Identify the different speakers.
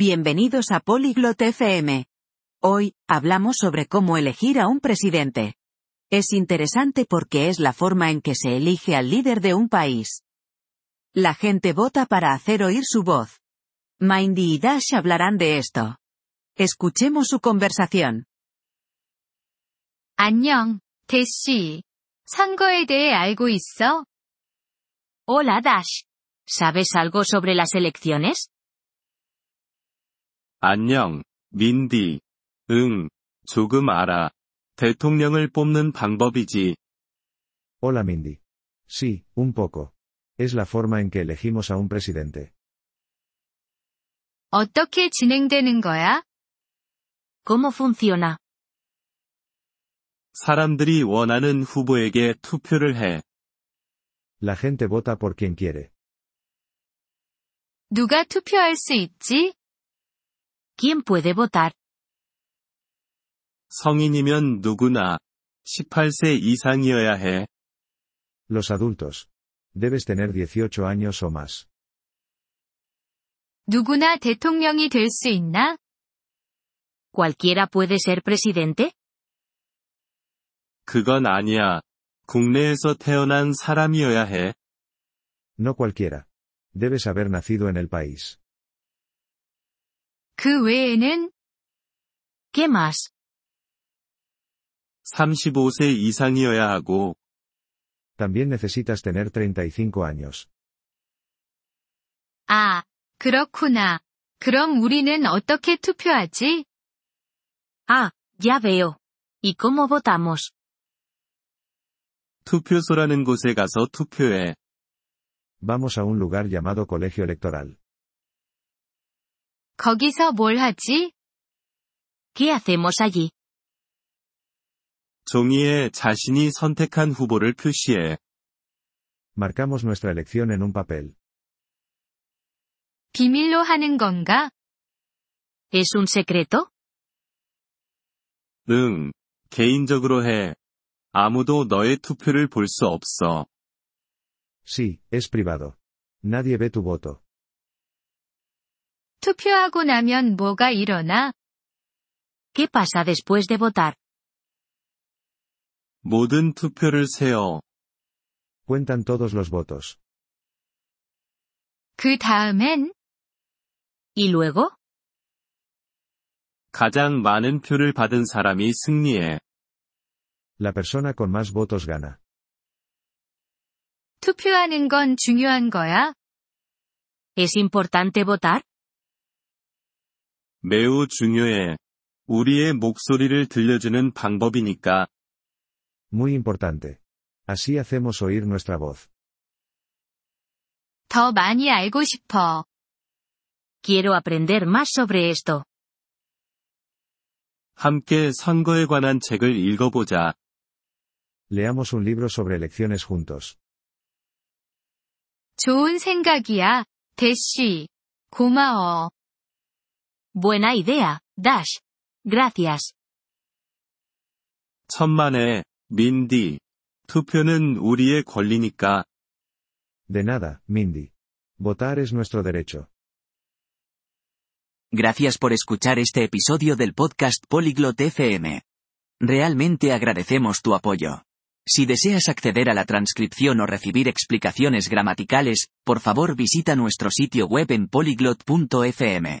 Speaker 1: Bienvenidos a Polyglot FM. Hoy, hablamos sobre cómo elegir a un presidente. Es interesante porque es la forma en que se elige al líder de un país. La gente vota para hacer oír su voz. Mindy y Dash hablarán de esto. Escuchemos su conversación.
Speaker 2: 안녕, 대시. 선거에 대해 알고 있어? Hola, Dash. ¿Sabes algo sobre las elecciones?
Speaker 3: 안녕, 민디. 응, 조금 알아. 대통령을 뽑는 방법이지.
Speaker 4: Hola Mindy. Sí, un poco. Es la forma en que elegimos a un presidente.
Speaker 2: 어떻게 진행되는 거야? ¿Cómo funciona?
Speaker 3: 사람들이 원하는 후보에게 투표를 해.
Speaker 4: La gente vota por quien quiere.
Speaker 2: 누가 투표할 수 있지? ¿Quién puede votar?
Speaker 3: 성인이면 누구나 18세 이상이어야 해.
Speaker 4: Los adultos. Debes tener 18 años o más.
Speaker 2: 누구나 대통령이 될 수 있나? ¿Cualquiera puede ser presidente?
Speaker 3: 그건 아니야. 국내에서 태어난 사람이어야 해.
Speaker 4: No cualquiera. Debes haber nacido en el país.
Speaker 2: 그 외에는? ¿Qué más?
Speaker 3: 35세 이상이어야 하고,
Speaker 4: También necesitas tener 35 años.
Speaker 2: 아, 그렇구나. 그럼 우리는 어떻게 투표하지? 아, ya veo. ¿Y cómo votamos?
Speaker 3: 투표소라는 곳에 가서 투표해.
Speaker 4: Vamos a un lugar llamado colegio electoral.
Speaker 2: 거기서 뭘 하지? ¿Qué hacemos allí?
Speaker 3: 종이에 자신이 선택한 후보를 표시해.
Speaker 4: Marcamos nuestra elección en un papel.
Speaker 2: 비밀로 하는 건가? ¿Es un secreto?
Speaker 3: 응, 개인적으로 해. 아무도 너의 투표를 볼 수 없어.
Speaker 4: Sí, es privado. Nadie ve tu voto.
Speaker 2: 투표하고 나면 뭐가 일어나? ¿Qué pasa después de votar?
Speaker 3: 모든 투표를 세어.
Speaker 4: Cuentan todos los votos.
Speaker 2: 그 다음엔? ¿Y luego?
Speaker 3: 가장 많은 표를 받은 사람이 승리해.
Speaker 4: La persona con más votos gana.
Speaker 2: 투표하는 건 중요한 거야? ¿Es importante votar?
Speaker 3: 매우 중요해. 우리의 목소리를 들려주는 방법이니까.
Speaker 4: Muy importante. Así hacemos oír nuestra voz.
Speaker 2: 더 많이 알고 싶어. Quiero aprender más sobre esto.
Speaker 3: 함께 선거에 관한 책을 읽어보자.
Speaker 4: Leamos un libro sobre elecciones juntos.
Speaker 2: 좋은 생각이야, 대쉬. 고마워. Buena idea, Dash. Gracias.
Speaker 3: 천만에, 민디. 투표는 우리의 권리니까.
Speaker 4: De nada, Mindy. Votar es nuestro derecho.
Speaker 5: Gracias por escuchar este episodio del podcast Polyglot FM. Realmente agradecemos tu apoyo. Si deseas acceder a la transcripción o recibir explicaciones gramaticales, por favor visita nuestro sitio web en polyglot.fm.